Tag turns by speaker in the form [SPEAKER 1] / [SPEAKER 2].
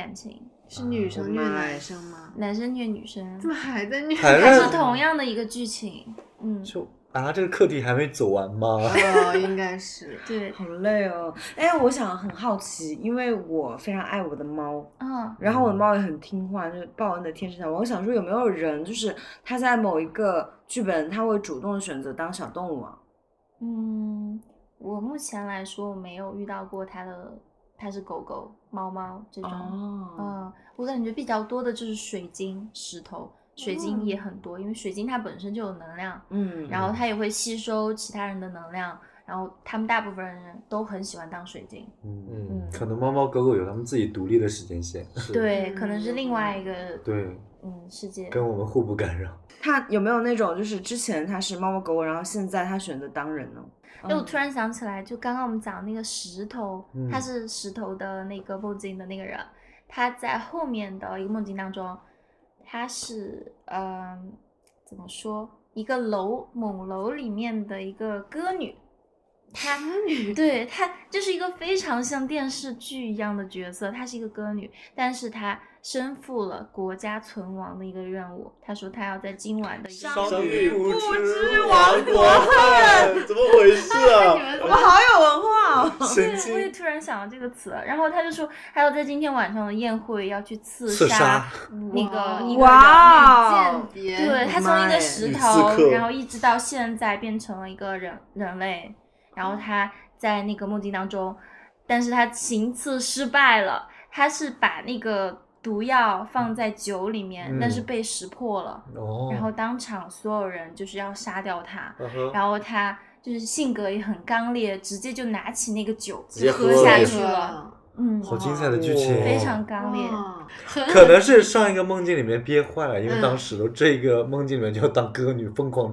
[SPEAKER 1] 感情，
[SPEAKER 2] 是女
[SPEAKER 3] 啊
[SPEAKER 2] 生虐
[SPEAKER 4] 我的妈呀
[SPEAKER 2] 男生吗？
[SPEAKER 1] 男生虐女生
[SPEAKER 2] 怎，么还在虐？
[SPEAKER 4] 还
[SPEAKER 1] 它
[SPEAKER 4] 在
[SPEAKER 1] 是
[SPEAKER 3] 嗯
[SPEAKER 1] 同样的一个剧情。嗯，
[SPEAKER 4] 就啊，这个课题还没走完吗？
[SPEAKER 2] 哦，应该是。
[SPEAKER 1] 对，
[SPEAKER 3] 好累哦。哎，我想很好奇，因为我非常爱我的猫，
[SPEAKER 1] 嗯，
[SPEAKER 3] 然后我的猫也很听话，就是报恩的天使小猫。我想说，有没有人就是他在某一个剧本，他会主动选择当小动物啊？
[SPEAKER 1] 嗯，我目前来说，我没有遇到过它的，它是狗狗、猫猫这种。
[SPEAKER 3] 哦，
[SPEAKER 1] 嗯，我感觉比较多的就是水晶、石头，水晶也很多，因为水晶它本身就有能量，
[SPEAKER 3] 嗯，
[SPEAKER 1] 然后它也会吸收其他人的能量，然后他们大部分人都很喜欢当水晶。
[SPEAKER 4] 嗯，
[SPEAKER 1] 嗯
[SPEAKER 4] 可能猫猫狗狗有它们自己独立的时间线，
[SPEAKER 1] 对，可能是另外一个
[SPEAKER 4] 对，
[SPEAKER 1] 嗯世界。
[SPEAKER 4] 跟我们互不干扰。
[SPEAKER 3] 他有没有那种就是之前他是猫猫狗狗，然后现在他选择当人呢？嗯
[SPEAKER 1] 哎，我突然想起来，就刚刚我们讲那个石头，他
[SPEAKER 4] 嗯
[SPEAKER 1] 是石头的那个梦境的那个人，他在后面的一个梦境当中，他是嗯、怎么说，一个楼某楼里面的一个歌女，她对她就是一个非常像电视剧一样的角色，她是一个歌女，但是她身负了国家存亡的一个任务，她说她要在今晚的一个
[SPEAKER 4] 商
[SPEAKER 3] 女
[SPEAKER 4] 不
[SPEAKER 3] 知亡国
[SPEAKER 4] 恨，怎么回事 啊？
[SPEAKER 3] 我们好有文化 哦。
[SPEAKER 4] 神
[SPEAKER 1] 对，我也
[SPEAKER 4] 经！
[SPEAKER 1] 突然想到这个词，然后他就说还要在今天晚上的宴会要去刺
[SPEAKER 4] 刺杀
[SPEAKER 1] 那个一个
[SPEAKER 3] 哦哇
[SPEAKER 2] 间
[SPEAKER 3] 哦
[SPEAKER 2] 谍，
[SPEAKER 1] 人，对他从一
[SPEAKER 3] 妈
[SPEAKER 1] 个
[SPEAKER 3] 耶
[SPEAKER 1] 石
[SPEAKER 4] 女刺
[SPEAKER 1] 头，
[SPEAKER 4] 客
[SPEAKER 1] 然后一直到现在变成了一个人人类，然后他在那个梦境当中，但是他行刺失败了，他是把那个毒药放在酒里面，
[SPEAKER 4] 嗯
[SPEAKER 1] 但是被识破了，
[SPEAKER 4] 哦，
[SPEAKER 1] 然后当场所有人就是要杀掉他，
[SPEAKER 4] 嗯哼，
[SPEAKER 1] 然后他。就是性格也很刚烈，直接就拿起那个酒
[SPEAKER 4] 直接
[SPEAKER 1] 就喝
[SPEAKER 4] 喝
[SPEAKER 1] 下
[SPEAKER 4] 了
[SPEAKER 1] 去了。嗯，
[SPEAKER 4] 好精彩的剧情，哦
[SPEAKER 1] 非常刚烈。
[SPEAKER 2] 哇，
[SPEAKER 4] 可能是上一个梦境里面憋坏了，因为
[SPEAKER 2] 嗯
[SPEAKER 4] 当石头，这个梦境里面就要当歌女疯狂